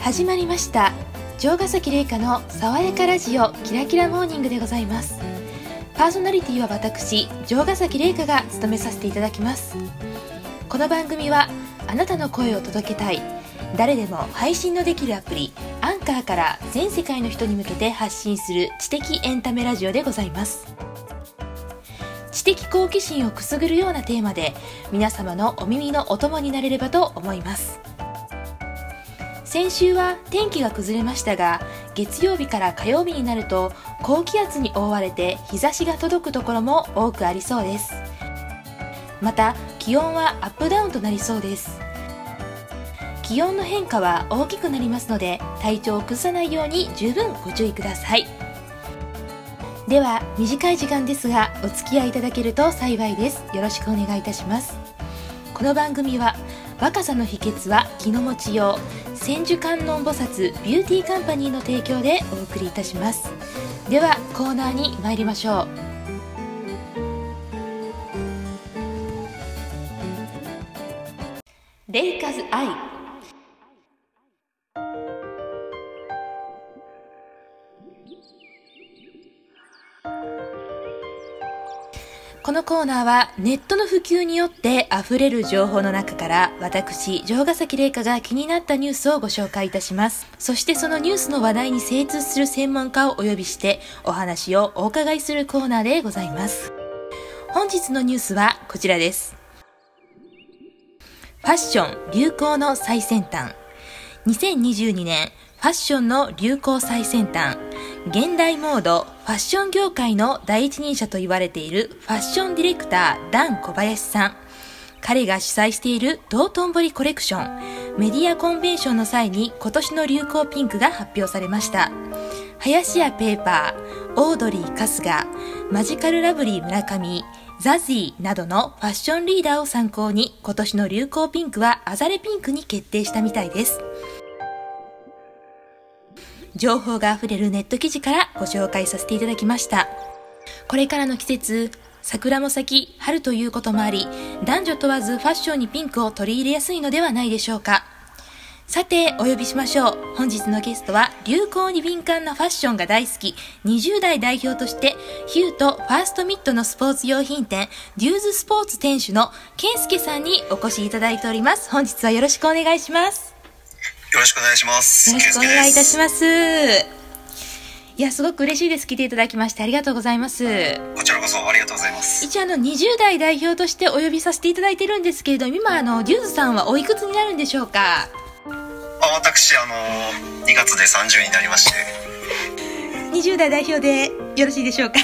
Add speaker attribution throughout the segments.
Speaker 1: 始まりました城ヶ崎玲香の爽やかラジオキラキラモーニングでございますパーソナリティは私城ヶ崎玲香が務めさせていただきますこの番組はあなたの声を届けたい誰でも配信のできるアプリアンカーから全世界の人に向けて発信する知的エンタメラジオでございます知的好奇心をくすぐるようなテーマで皆様のお耳のお供になれればと思います先週は天気が崩れましたが月曜日から火曜日になると高気圧に覆われて日差しが届くところも多くありそうですまた気温はアップダウンとなりそうです気温の変化は大きくなりますので体調を崩さないように十分ご注意くださいでは短い時間ですがお付き合いいただけると幸いですよろしくお願いいたしますこの番組は若さの秘訣は気の持ちよう千手観音菩薩ビューティーカンパニーの提供でお送りいたしますではコーナーに参りましょうレイカズ愛このコーナーはネットの普及によって溢れる情報の中から私、城ヶ崎玲香が気になったニュースをご紹介いたします。そしてそのニュースの話題に精通する専門家をお呼びしてお話をお伺いするコーナーでございます。本日のニュースはこちらです。ファッション、流行の最先端。2022年、ファッションの流行最先端。現代モード、ファッション業界の第一人者と言われているファッションディレクター、ダン小林さん。彼が主催している道頓堀コレクション、メディアコンベンションの際に今年の流行ピンクが発表されました。林家ペーパー、オードリー春日、マジカルラブリー村上、ザジーなどのファッションリーダーを参考に今年の流行ピンクはアザレピンクに決定したみたいです。情報があふれるネット記事からご紹介させていただきました。これからの季節、桜も咲き、春ということもあり、男女問わずファッションにピンクを取り入れやすいのではないでしょうか。さて、お呼びしましょう。本日のゲストは、流行に敏感なファッションが大好き、20代代表として、ヒューとファーストミットのスポーツ用品店、デューズスポーツ店主の健介さんにお越しいただいております。本日はよろしくお願いします。
Speaker 2: よろしくお願いします。
Speaker 1: よろしくお願いいたし
Speaker 2: す。
Speaker 1: ます。いや、すごく嬉しいです。来ていただきましてありがとうございます。
Speaker 2: こちらこそありがとうございます。
Speaker 1: 一応、あの、20代代表としてお呼びさせていただいてるんですけれども、今、あの、デューズさんはおいくつになるんでしょうか
Speaker 2: あ私、あのー、2月で30になりまして、
Speaker 1: ?20 代代表でよろしいでしょうか
Speaker 2: 20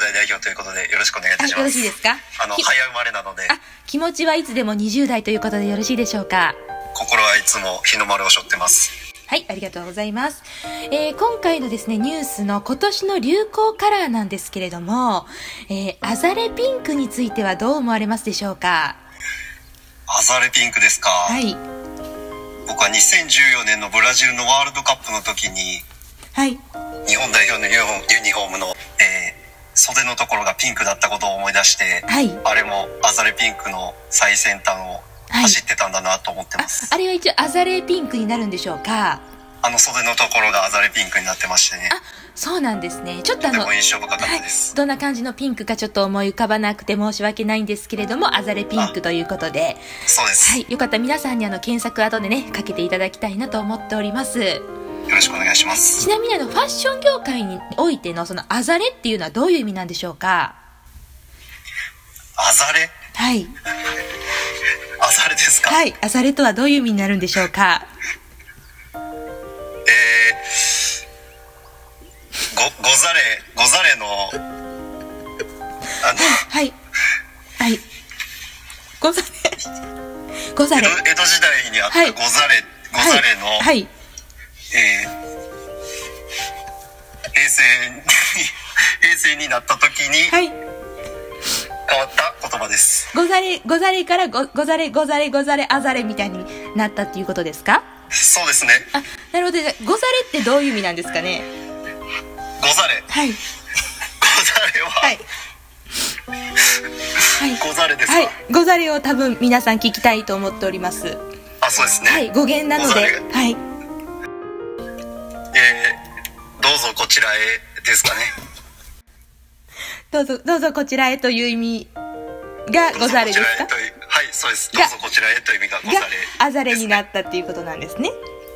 Speaker 2: 代代表ということでよろしくお願いい
Speaker 1: あ
Speaker 2: たし
Speaker 1: よ
Speaker 2: ま
Speaker 1: ろ
Speaker 2: す。
Speaker 1: しいですか
Speaker 2: あの、
Speaker 1: き
Speaker 2: 早生まれなので、
Speaker 1: あ、気持ちはいつでも20代ということでよろしいでしょうか
Speaker 2: 心はいつも日の丸を背負ってます。
Speaker 1: はい、ありがとうございます。えー今回のですね、ニュースの今年の流行カラーなんですけれども、えーアザレピンクについてはどう思われますでしょうか
Speaker 2: アザレピンクですか、
Speaker 1: はい。
Speaker 2: 僕は2014年のブラジルのワールドカップの時に、
Speaker 1: はい。
Speaker 2: 日本代表のユニフォームユニフォームの、えー袖のところがピンクだったことを思い出して、
Speaker 1: はい。
Speaker 2: あれもアザレピンクの最先端を走ってたんだなと思って
Speaker 1: あ
Speaker 2: ます。、
Speaker 1: あれは一応アザレピンクになるんでしょうか
Speaker 2: あの袖のところがアザレピンクになってましてね。
Speaker 1: そうなんですね。ちょっとあ
Speaker 2: で
Speaker 1: の、
Speaker 2: も
Speaker 1: はい。
Speaker 2: 印象深かったです。
Speaker 1: どんな感じのピンクかちょっと思い浮かばなくて申し訳ないんですけれども、アザレピンクということで、
Speaker 2: そうです、
Speaker 1: はい。よかったら皆さんにあの、検索後でね、かけていただきたいなと思っております。
Speaker 2: よろしくお願いします。
Speaker 1: ちなみにあのファッション業界においてのそのあざれっていうのはどういう意味なんでしょうか
Speaker 2: あざれ
Speaker 1: はい。
Speaker 2: あざれですか、
Speaker 1: はい。あざれとはどういう意味になるんでしょうか
Speaker 2: えー、ご、ござれ、ござれの、あの、
Speaker 1: はい。はい。ござれ。ござ
Speaker 2: 江
Speaker 1: れ。
Speaker 2: 戸江戸時代にあっ
Speaker 1: は
Speaker 2: た
Speaker 1: い
Speaker 2: ござれ、ござれの、
Speaker 1: はい。
Speaker 2: えー平成に、 平成になった時に
Speaker 1: はい。はい
Speaker 2: 変わった言葉です。
Speaker 1: ござれ、ござれからご、ござれ、ござれ、ござれ、あざれみたいになったっていうことですか
Speaker 2: そうですね。
Speaker 1: あ、なるほど。じゃあござれってどういう意味なんですかね
Speaker 2: ござれ、
Speaker 1: はい。
Speaker 2: ござれは、
Speaker 1: はい。はい。
Speaker 2: ござれですか、
Speaker 1: はい。ござれを多分皆さん聞きたいと思っております。
Speaker 2: あ、そうですね。
Speaker 1: はい、語源なの
Speaker 2: ござ
Speaker 1: で
Speaker 2: れ、
Speaker 1: はい、
Speaker 2: えーどうぞこちらへですかね。
Speaker 1: どうぞ、どうぞこちらへという意味がござれです
Speaker 2: どうぞこちら
Speaker 1: か
Speaker 2: へというはい、そうです。どうぞこちらへという意味がござれ。
Speaker 1: が、あざれになったっていうことなんですね。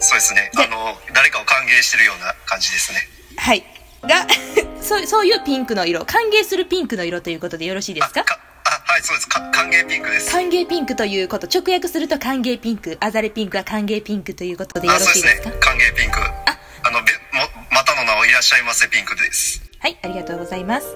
Speaker 2: そうですね。
Speaker 1: で
Speaker 2: あの、誰かを歓迎してるような感じですね。
Speaker 1: はい。が、 そう、そういうピンクの色、歓迎するピンクの色ということでよろしいですか
Speaker 2: あかあ、はい、そうです。か歓迎ピンクです。
Speaker 1: 歓迎ピンクということ、直訳すると歓迎ピンク、あざれピンクは歓迎ピンクということでよ
Speaker 2: あ、
Speaker 1: ろ
Speaker 2: そう
Speaker 1: し
Speaker 2: で
Speaker 1: い
Speaker 2: す
Speaker 1: ですか
Speaker 2: ね。歓迎ピンク。あの、べも、またの名をいらっしゃいませピンクです。
Speaker 1: はい、ありがとうございます。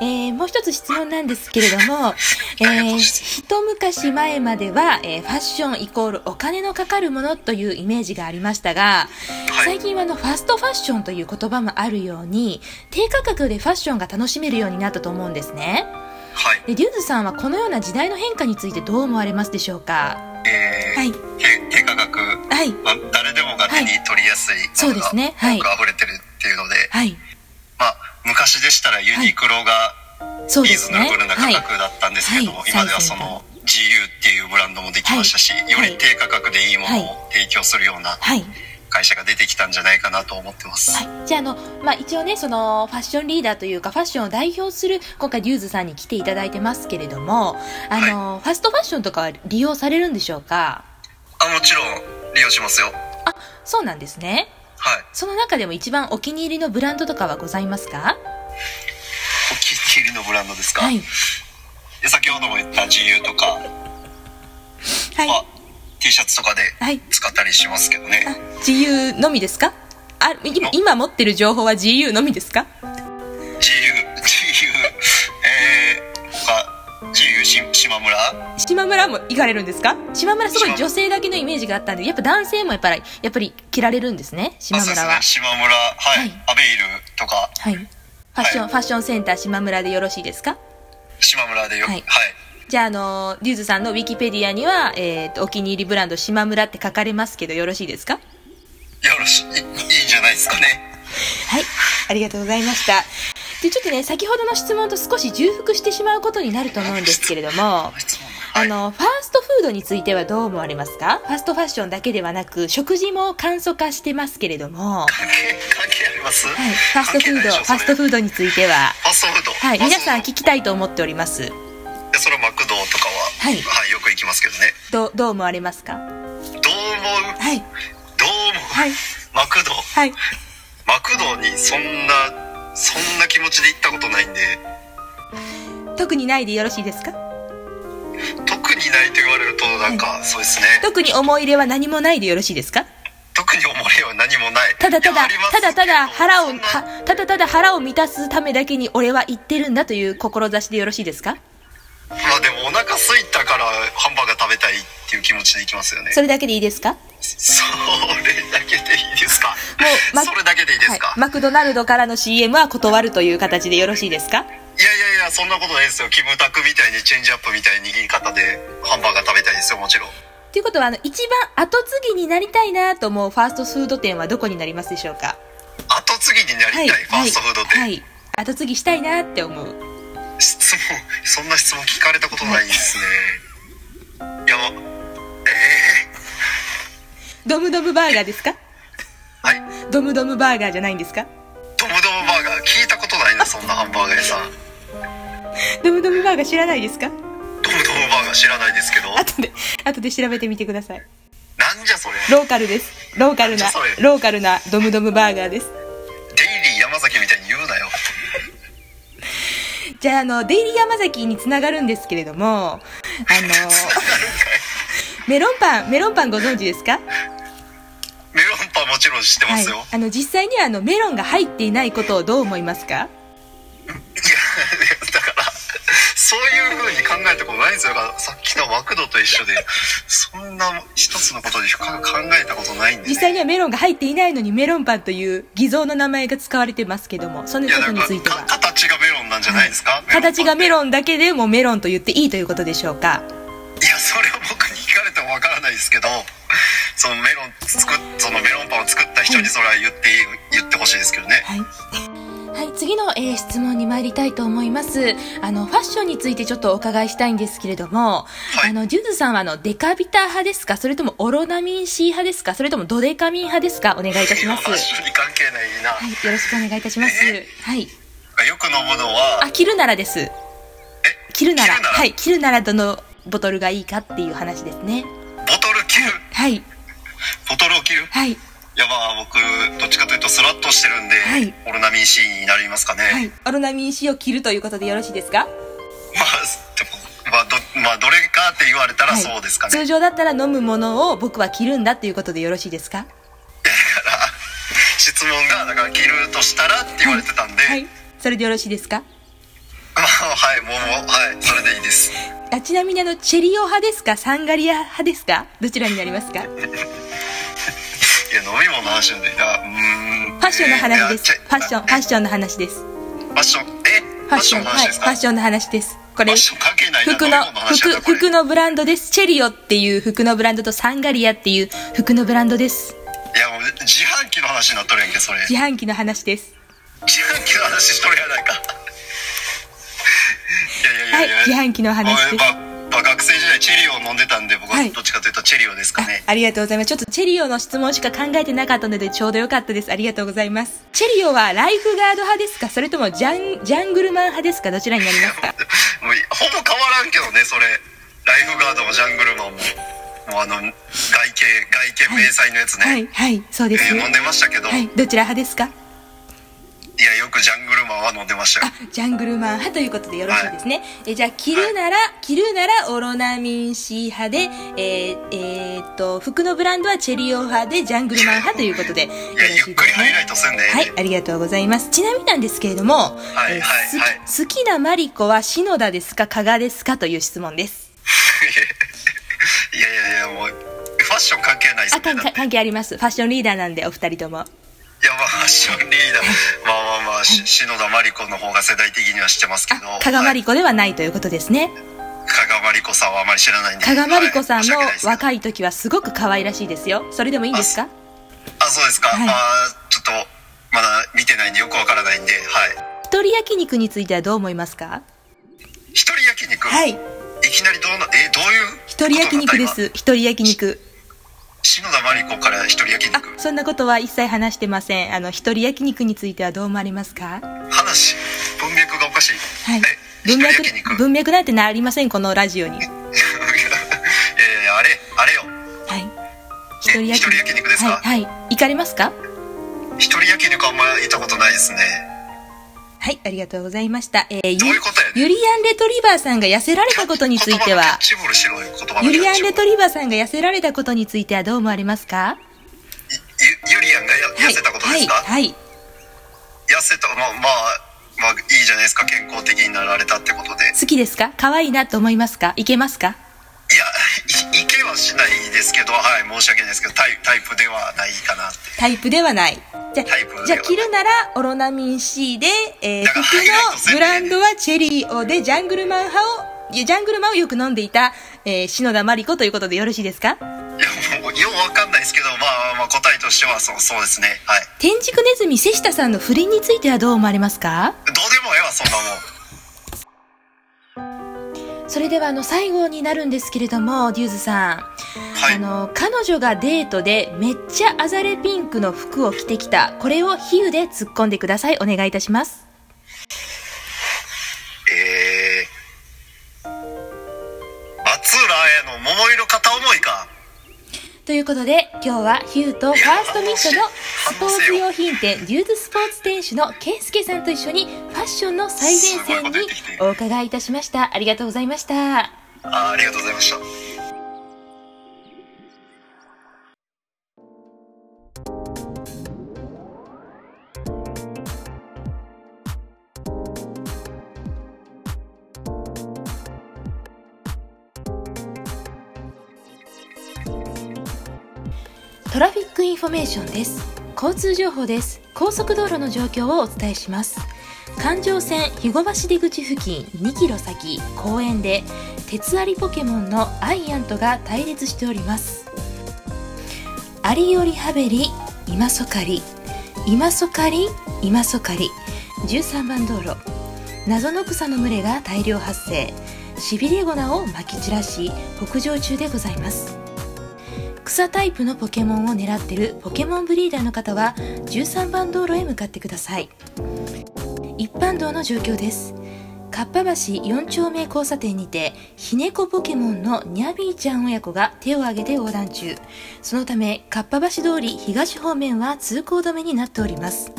Speaker 1: えー、もう一つ質問なんですけれど も、え
Speaker 2: ありがとうござい
Speaker 1: ー、
Speaker 2: ます
Speaker 1: 一昔前までは、えーファッションイコールお金のかかるものというイメージがありましたが、
Speaker 2: はい
Speaker 1: 最近はあの、ファストファッションという言葉もあるように、低価格でファッションが楽しめるようになったと思うんですね。
Speaker 2: はい。
Speaker 1: で、リュウズさんはこのような時代の変化についてどう思われますでしょうか
Speaker 2: えー、
Speaker 1: はい。
Speaker 2: 低低価格、
Speaker 1: はい。
Speaker 2: まあ、誰でもが手に取りやすい
Speaker 1: そ
Speaker 2: も
Speaker 1: う
Speaker 2: の
Speaker 1: で
Speaker 2: が
Speaker 1: すね。はい。
Speaker 2: 多く溢れてるっていうので、
Speaker 1: はい。
Speaker 2: まあ、昔でしたらユニクロが
Speaker 1: そうで
Speaker 2: リー
Speaker 1: す
Speaker 2: ズ
Speaker 1: ね。
Speaker 2: ナブルな
Speaker 1: は
Speaker 2: 価
Speaker 1: い。
Speaker 2: 格だったんですけども、
Speaker 1: はい
Speaker 2: 今ではそ
Speaker 1: 最先端
Speaker 2: の GU っていうブランドもできましたし、
Speaker 1: い
Speaker 2: より低価格でいいものを提供するような
Speaker 1: はい。
Speaker 2: 会社が出てきたんじゃないかなと思ってます。
Speaker 1: はい、じゃああの、まあ、一応ねそのファッションリーダーというかファッションを代表する今回リューズさんに来ていただいてますけれどもあの、ファストファッションとかは利用されるんでしょうか
Speaker 2: あ、もちろん利用しますよ。
Speaker 1: そうなんですね
Speaker 2: はい。
Speaker 1: その中でも一番お気に入りのブランドとかはございますか
Speaker 2: お気に入りのブランドですか、
Speaker 1: はい
Speaker 2: で先ほども言った GU とか、
Speaker 1: はい、
Speaker 2: まあ、T シャツとかで
Speaker 1: はい、
Speaker 2: 使ったりしますけどね。
Speaker 1: あ自由のみですかあ今今持ってる情報は自由のみですか
Speaker 2: GU、GU、えー、まあ、GU し島村
Speaker 1: 島村も行かれるんですか島村すごい女性だけのイメージがあったんでやっぱ男性もやっぱりやっぱり着られるんですね島
Speaker 2: あそうで
Speaker 1: 村
Speaker 2: す
Speaker 1: は
Speaker 2: ね。島村、はい、
Speaker 1: はい
Speaker 2: アベイルとか、
Speaker 1: はい。ファッション、
Speaker 2: は
Speaker 1: ファッションセンター島村でよろしいですか
Speaker 2: 島村でよ、
Speaker 1: は
Speaker 2: はいい。
Speaker 1: じゃあ、あの、リュウズさんのウィキペディアには、えっ、と、お気に入りブランド島村って書かれますけど、よろしいですか
Speaker 2: よろしい、いいんじゃないですかね。
Speaker 1: はい。ありがとうございました。で、ちょっとね、先ほどの質問と少し重複してしまうことになると思うんですけれども、
Speaker 2: 質問は
Speaker 1: あ
Speaker 2: い。
Speaker 1: の、ファーストフードについてはどう思われますかファーストファッションだけではなく、食事も簡素化してますけれども、は
Speaker 2: 関係、関係あります、
Speaker 1: い。ファーストフード、ファースト
Speaker 2: ード。
Speaker 1: フードについては、
Speaker 2: ファストフード。
Speaker 1: はい。皆さん
Speaker 2: ファストフー
Speaker 1: 聞きたいと思っております。
Speaker 2: ドでそれはマクドとかは、
Speaker 1: はい
Speaker 2: はい、よく行きますけどね。
Speaker 1: どう、どう思われますか
Speaker 2: どう思う
Speaker 1: はい。
Speaker 2: どうも、
Speaker 1: はい。
Speaker 2: マクド
Speaker 1: はい。
Speaker 2: マクドにそんなそんな気持ちで行ったことないんで
Speaker 1: 特にないでよろしいですか
Speaker 2: 特にないと言われるとなんか、そうですね
Speaker 1: 特に思い入れは何もないでよろしいですか
Speaker 2: 特に思いは何もない
Speaker 1: ただた
Speaker 2: いや
Speaker 1: だ
Speaker 2: ありま、す
Speaker 1: ただただ
Speaker 2: けど
Speaker 1: 腹を、
Speaker 2: そんな
Speaker 1: はただただ腹を満たすためだけに俺は言ってるんだという志でよろしいですか
Speaker 2: まあでもお腹空いたからハンバーガー食べたいっていう気持ちで行きますよね
Speaker 1: それだけでいいですかも
Speaker 2: それだけでいいですか
Speaker 1: う、マ
Speaker 2: それだけでいいですか、
Speaker 1: はい、マクドナルドからの CM は断るという形でよろしいですか
Speaker 2: いやいやいやそんなことないですよキムタクみたいにチェンジアップみたいな握り方でハンバーガー食べたいですよもちろん
Speaker 1: ということは、あの、一番後継ぎになりたいなと思うファーストフード店はどこになりますでしょうか
Speaker 2: 後継ぎになりたい、ファーストフードって、
Speaker 1: はい。後継ぎしたいなって思う。
Speaker 2: 質問そんな質問聞かれたことないですね、い、やえ
Speaker 1: ドムドムバーガーですか
Speaker 2: ー、はい
Speaker 1: ドムドムバーガーじゃないんですか
Speaker 2: ドムドムバーガー聞いたことないなそんなハンバーガー屋さん
Speaker 1: ドムドムバーガー知らないですか
Speaker 2: ドムドムバーガー知らないですけど
Speaker 1: 後で、後で調べてみてください。
Speaker 2: なんじゃそれ
Speaker 1: ローカルです。ローカルな
Speaker 2: 何じゃそ、れ
Speaker 1: ローカルなドムドムバーガーです。
Speaker 2: デイリー山崎みたいに言うなよ
Speaker 1: じゃあ、あの、デイリー山崎につながるんですけれども、あ の、メロンパン、メロンパンご存知ですか
Speaker 2: メロンパンもちろん知ってま
Speaker 1: はい
Speaker 2: すよ、。
Speaker 1: あの、実際にはあの、メロンが入っていないことをどう思いますか
Speaker 2: いやだからそういうふうに考えたことないんですよだからさっきのマクドと一緒でそんな一つのことで深く考えたことないんで、ね、
Speaker 1: 実際にはメロンが入っていないのにメロンパンという偽造の名前が使われてますけども、その
Speaker 2: いや
Speaker 1: こ
Speaker 2: な
Speaker 1: と
Speaker 2: ん
Speaker 1: に
Speaker 2: か
Speaker 1: ついては。
Speaker 2: か形がメロンなんじゃないですか、メロンパン
Speaker 1: 形がメロンだけでもメロンと言っていいということでしょうか
Speaker 2: いやそれは僕に聞かれてもわからないですけどそのメロン作っそのメロンパンを作った人にそれは言っていい言ってほしいですけどね
Speaker 1: はい。 はい、次の、えー質問に参りたいと思います。あの、ファッションについてちょっとお伺いしたいんですけれども、
Speaker 2: はい
Speaker 1: あの、デュズさんはあの、デカビタ派ですかそれともオロナミン C 派ですかそれともドデカミン派ですかお願いいたし
Speaker 2: 今
Speaker 1: ま
Speaker 2: フ
Speaker 1: す。
Speaker 2: ァッ
Speaker 1: は
Speaker 2: ションに関係ないな。
Speaker 1: い、よろしくお願いいたします。はい。
Speaker 2: よく飲むのは、
Speaker 1: あ、着るならです。着るなら。
Speaker 2: 着るなら
Speaker 1: はい、着るならどのボトルがいいかっていう話ですね。
Speaker 2: ボトル切る。
Speaker 1: はい、
Speaker 2: ボトルを切る。
Speaker 1: はい、
Speaker 2: いやまあ僕、どっちかというとスラッとしてるんで、
Speaker 1: はい
Speaker 2: オロナミン C になりますかね。
Speaker 1: はい。オロナミン C を着るということでよろしいですか
Speaker 2: まあ、でも、まあ、ど、まあ、どれかって言われたら
Speaker 1: はい
Speaker 2: そうですかね。
Speaker 1: 通常だったら飲むものを僕は着るんだっていうことでよろしいですか
Speaker 2: 質問が、だから、切るとしたらって言われてたんで、
Speaker 1: はい。それでよろしいですか
Speaker 2: まあ、はい、もう、もうはい、それでいいです。
Speaker 1: あちなみにあの、チェリオ派ですかサンガリア派ですかどちらになりますか
Speaker 2: いや、飲み物の話なんで、いや、うーん。
Speaker 1: ファッションの話です。
Speaker 2: いや
Speaker 1: ファッション、ファッションの話です。フ
Speaker 2: ファッション、えファ
Speaker 1: ァ
Speaker 2: ッ
Speaker 1: ッ
Speaker 2: シ
Speaker 1: シ
Speaker 2: ョ
Speaker 1: ョ
Speaker 2: ン
Speaker 1: ン、
Speaker 2: の
Speaker 1: は
Speaker 2: 話
Speaker 1: い。
Speaker 2: です
Speaker 1: フ
Speaker 2: か、
Speaker 1: ァッションの話です。こ
Speaker 2: ファ
Speaker 1: れ
Speaker 2: ッ、ション関係ないな。
Speaker 1: 服
Speaker 2: 飲
Speaker 1: の
Speaker 2: み物、話だ
Speaker 1: 服、
Speaker 2: ったこれ
Speaker 1: 服のブランドです。チェリオっていう服のブランドとサンガリアっていう服のブランドです。
Speaker 2: いや、もう、自販機の話になっとるやんけ、それ。
Speaker 1: 自販機の話です。
Speaker 2: 自販機の話しとるやないか。いやいや
Speaker 1: はい
Speaker 2: いやいや。。
Speaker 1: 自販機の話です。
Speaker 2: まあまあ学生時代チェリオを飲んでたんで僕は
Speaker 1: はい
Speaker 2: どっちかというとチェリオですか
Speaker 1: あ
Speaker 2: ね、
Speaker 1: ありがとうございます。ちょっとチェリオの質問しか考えてなかったのでちょうどよかったです。ありがとうございます。チェリオはライフガード派ですかそれともジャン、ジャングルマン派ですかどちらになりますか
Speaker 2: もうほぼ変わらんけどねそれライフガードもジャングルマンももうあの外見外見迷彩のやつね、
Speaker 1: はい、はい、そうで
Speaker 2: え
Speaker 1: す
Speaker 2: ー飲ん
Speaker 1: ね。
Speaker 2: でましたけど、、
Speaker 1: はいい、どちら派ですか
Speaker 2: やよくジャングルマンは飲んでましたよ
Speaker 1: あ、ジャングルマン派ということでよろしいですね。え、じゃあ、着るなら、着るならオロナミン C 派で、えー、えーっと、服のブランドはチェリオ派で、ジャングルマン派ということで、よろ
Speaker 2: いやゆっくりハイライトすんで、
Speaker 1: はい、ありがとうございます。ちなみになんですけれども、
Speaker 2: い
Speaker 1: えー
Speaker 2: はい
Speaker 1: す
Speaker 2: はい
Speaker 1: 好きなマリコは篠田ですか、加賀ですかという質問です。
Speaker 2: いやいやいやもうファッション関係ないです
Speaker 1: あ、
Speaker 2: ね
Speaker 1: 関
Speaker 2: だって
Speaker 1: 関係あります。ファッションリーダーなんで、お二人とも。
Speaker 2: いやまあファッションリーダーまあまあまあ、し篠田真理子の方が世代的には知ってますけど
Speaker 1: あ、加賀マリコではないということですね。
Speaker 2: 加賀まりこさんはあまり知らないんで
Speaker 1: 加賀まりこさんも
Speaker 2: はい申し訳ないですけど
Speaker 1: 若い時はすごく可愛らしいですよ。それでもいいんですか
Speaker 2: あそうですか、
Speaker 1: はい
Speaker 2: あーちょっとまだ見てないんでよくわからないんではい
Speaker 1: 一人焼肉についてはどう思いますか
Speaker 2: 一人焼肉、、
Speaker 1: はいい。
Speaker 2: きなりどうなえどういう
Speaker 1: 一人焼肉です。一人焼肉。
Speaker 2: 篠田真理子から一人焼
Speaker 1: あ
Speaker 2: 肉、
Speaker 1: そんなことは一切話してません。あの、一人焼肉についてはどう思われますか
Speaker 2: 話文脈がおかしい
Speaker 1: はい
Speaker 2: え。一
Speaker 1: 文
Speaker 2: 人
Speaker 1: 脈
Speaker 2: 焼肉、
Speaker 1: 文脈なんてなりません、このラジオに。
Speaker 2: いやいやいやあれあれよ
Speaker 1: はい。
Speaker 2: え一人焼肉ですか
Speaker 1: はい、はい。行かれますか
Speaker 2: 一人焼肉あんま行ったことないですね
Speaker 1: はい、ありがとうございました。えー、ゆ
Speaker 2: どういうことやねん
Speaker 1: ゆりやんレトリバーさんが痩せられたことについて
Speaker 2: 言葉のキャ
Speaker 1: は
Speaker 2: ッ、チボールしろよ言葉のキャッチボール
Speaker 1: ゆりやんレトリバーさんが痩せられたことについてはどう思われますか
Speaker 2: ゆゆりやんがや痩せたことですか、
Speaker 1: はい、はい。
Speaker 2: 痩せたまあまあまあいいじゃないですか健康的になられたってことで
Speaker 1: 好きですか可愛いなと思いますかいけますか
Speaker 2: いやいいけはしないですけどはい申し訳ないですけどタイタイプではないかなって
Speaker 1: タイプではない。じゃ
Speaker 2: タイプではな、い
Speaker 1: じゃ、着るなら、オロナミン C で、えー、
Speaker 2: だか
Speaker 1: 服
Speaker 2: らハイライトせん
Speaker 1: の
Speaker 2: で
Speaker 1: ブランドはチェリーオで、ジャングルマン派を、いやジャングルマンをよく飲んでいた、えー、篠田真理子ということでよろしいですか
Speaker 2: いやもうようわかんないですけどまあまあまあ答えとしてはそうそうですねはい
Speaker 1: 天竺ネズミ瀬下さんの不倫についてはどう思われますか
Speaker 2: どうでもええわそんなもん
Speaker 1: それではあの最後になるんですけれどもデューズさん、
Speaker 2: はい
Speaker 1: あの彼女がデートでめっちゃあざれピンクの服を着てきたこれを比喩で突っ込んでくださいお願いいたします
Speaker 2: えー、松浦綾の桃色片思いか
Speaker 1: ということで今日はヒューとファーストミットのスポーツ用品店デューズスポーツ店主のケイスケさんと一緒にファッションの最前線にお伺いいたしましたありがとうございました
Speaker 2: あーありがとうございました
Speaker 1: トラフィックインフォメーションです交通情報です高速道路の状況をお伝えします環状線日後橋出口付近2キロ先公園で鉄アリポケモンのアイアントが対立しておりますアリよりハベリ今そかり今そかり今そかり13番道路謎の草の群れが大量発生シビリエゴナをまき散らし北上中でございます草タイプのポケモンを狙ってるポケモンブリーダーの方は13番道路へ向かってください一般道の状況ですかっぱ橋4丁目交差点にてひねこポケモンのニャビーちゃん親子が手を挙げて横断中そのためかっぱ橋通り東方面は通行止めになっております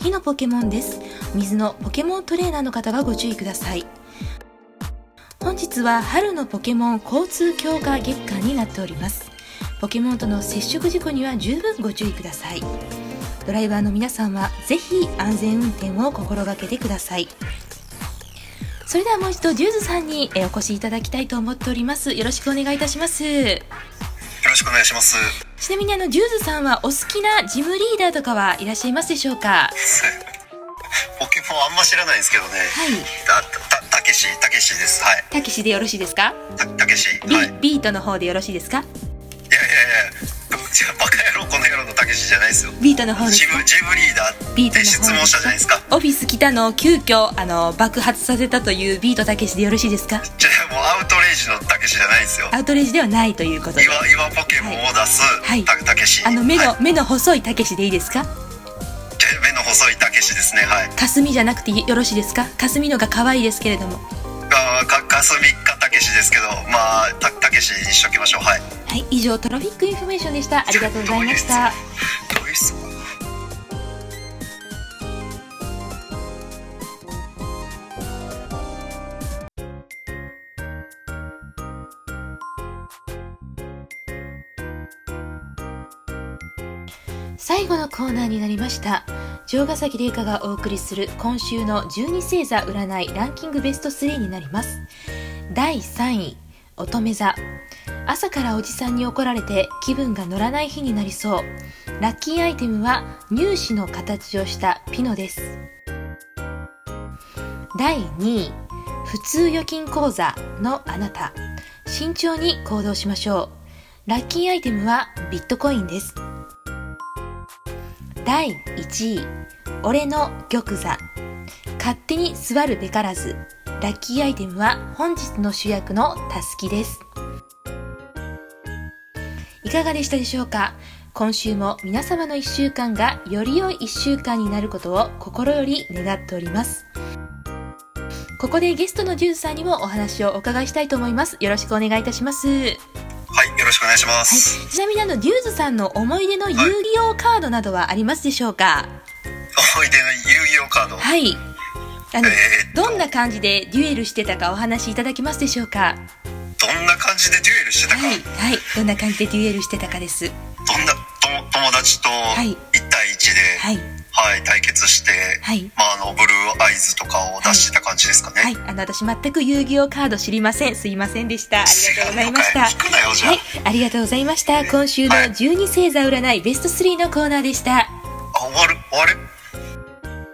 Speaker 1: 火のポケモンです水のポケモントレーナーの方はご注意ください本日は春のポケモン交通強化月間になっておりますポケモンとの接触事故には十分ご注意くださいドライバーの皆さんはぜひ安全運転を心がけてくださいそれではもう一度ジューズさんにえお越しいただきたいと思っておりますよろしくお願いいたします
Speaker 2: よろしくお願いします。
Speaker 1: ちなみにあのジューズさんはお好きなジムリーダーとかはいらっしゃいますでしょうか
Speaker 2: ポケモンあんま知らないんですけどね。
Speaker 1: はい
Speaker 2: た、た、たけし、たけしです。はい。
Speaker 1: たけしでよろしいですか
Speaker 2: た、たけし。はい。い
Speaker 1: B,、
Speaker 2: やいやいや、
Speaker 1: ビートの方でよろしいですか
Speaker 2: じゃバカ野郎、この野郎のたけしじゃないですよ。
Speaker 1: ビートの方で
Speaker 2: ジ
Speaker 1: す
Speaker 2: ム
Speaker 1: か、
Speaker 2: ジムリーダー
Speaker 1: ビー
Speaker 2: っ
Speaker 1: トの方
Speaker 2: て質問者じゃないですか。
Speaker 1: オフィス北の急遽あの爆発させたというビートたけしでよろしいですか
Speaker 2: じゃあもうアウトレイジのたけしじゃないですよ。
Speaker 1: アウトレイジではないということで
Speaker 2: 岩、岩ポケモンを出す、
Speaker 1: はい
Speaker 2: た、たけし。
Speaker 1: あの目の、
Speaker 2: はい
Speaker 1: 目の細いたけしでいいですか
Speaker 2: じゃあ目の細いたけしですね。はい。
Speaker 1: 霞じゃなくてよろしいですか霞のが可愛いですけれども
Speaker 2: あーか、かすみかたけしですけど、まあ、た、たけしにしときましょう。はい。
Speaker 1: はい以上トロフィックインフォメーションでしたありがとうございまし
Speaker 2: どういう
Speaker 1: た
Speaker 2: どういう質問
Speaker 1: 最後のコーナーになりました城ヶ崎玲香がお送りする今週の12星座占いランキングベスト3になります第3位乙女座朝からおじさんに怒られて気分が乗らない日になりそうラッキーアイテムは乳歯の形をしたピノです第2位普通預金口座のあなた慎重に行動しましょうラッキーアイテムはビットコインです第1位俺の玉座勝手に座るべからずラッキーアイテムは本日の主役のたすきですいかがでしたでしょうか今週も皆様の1週間がより良い1週間になることを心より願っておりますここでゲストのジュースさんにもお話をお伺いしたいと思いますよろしくお願いいたします
Speaker 2: はい、よろしくお願いしま
Speaker 1: はい
Speaker 2: す。、
Speaker 1: ちなみにあのデューズさんの思い出の遊戯王カードなどはありますでしょうか
Speaker 2: 思い出の遊戯王カード。
Speaker 1: はいあの、
Speaker 2: えーっと
Speaker 1: どんな感じでデュエルしてたかお話しいただけますでしょうか
Speaker 2: どんな感じでデュエルしてたか、
Speaker 1: はい、はい、どんな感じでデュエルしてたかです
Speaker 2: どんなとも友達と
Speaker 1: い
Speaker 2: 1対1で、は
Speaker 1: はいい、
Speaker 2: 対決して、
Speaker 1: はい
Speaker 2: まあ、あのブルーアイズとかを出してた感じですかね。
Speaker 1: はい、あの私全く遊戯王カード知りませんすいませんでしたありがとうございました
Speaker 2: 知らんのかい聞くなよじゃあ、
Speaker 1: はい、ありがとうございました今週の
Speaker 2: はい
Speaker 1: 12星座占いベスト3のコーナーでした
Speaker 2: あ終わる終わる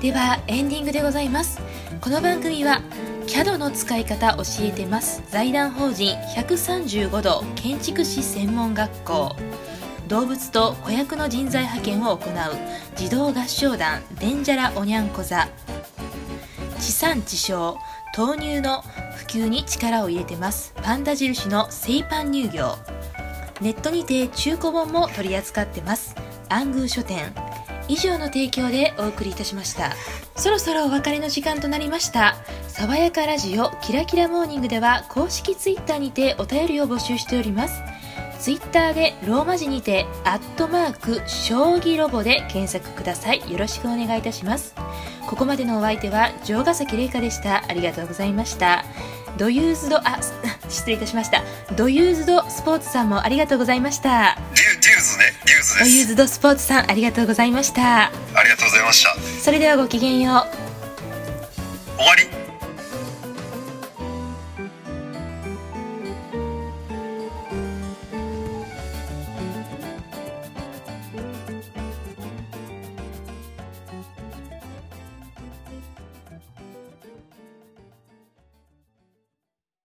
Speaker 1: ではエンディングでございますこの番組は CAD の使い方教えてます財団法人135度建築士専門学校動物と子役の人材派遣を行う児童合唱団デンジャラおにゃんこ座地産地消豆乳の普及に力を入れてますパンダ印の製パン乳業ネットにて中古本も取り扱ってますアングー書店以上の提供でお送りいたしましたそろそろお別れの時間となりました爽やかラジオキラキラモーニングでは公式ツイッターにてお便りを募集しておりますツイッターでローマ字にてアットマーク将棋ロボで検索くださいよろしくお願いいたしますここまでのお相手は城ヶ崎玲香でしたありがとうございましたドユーズドあ す失礼いたしましたドユーズドスポーツさんもありがとうございました
Speaker 2: デュデューズねデューズ
Speaker 1: ドユー
Speaker 2: です
Speaker 1: ズドスポーツさんありがとうございました
Speaker 2: ありがとうございました
Speaker 1: それではごきげんよう
Speaker 2: 終わり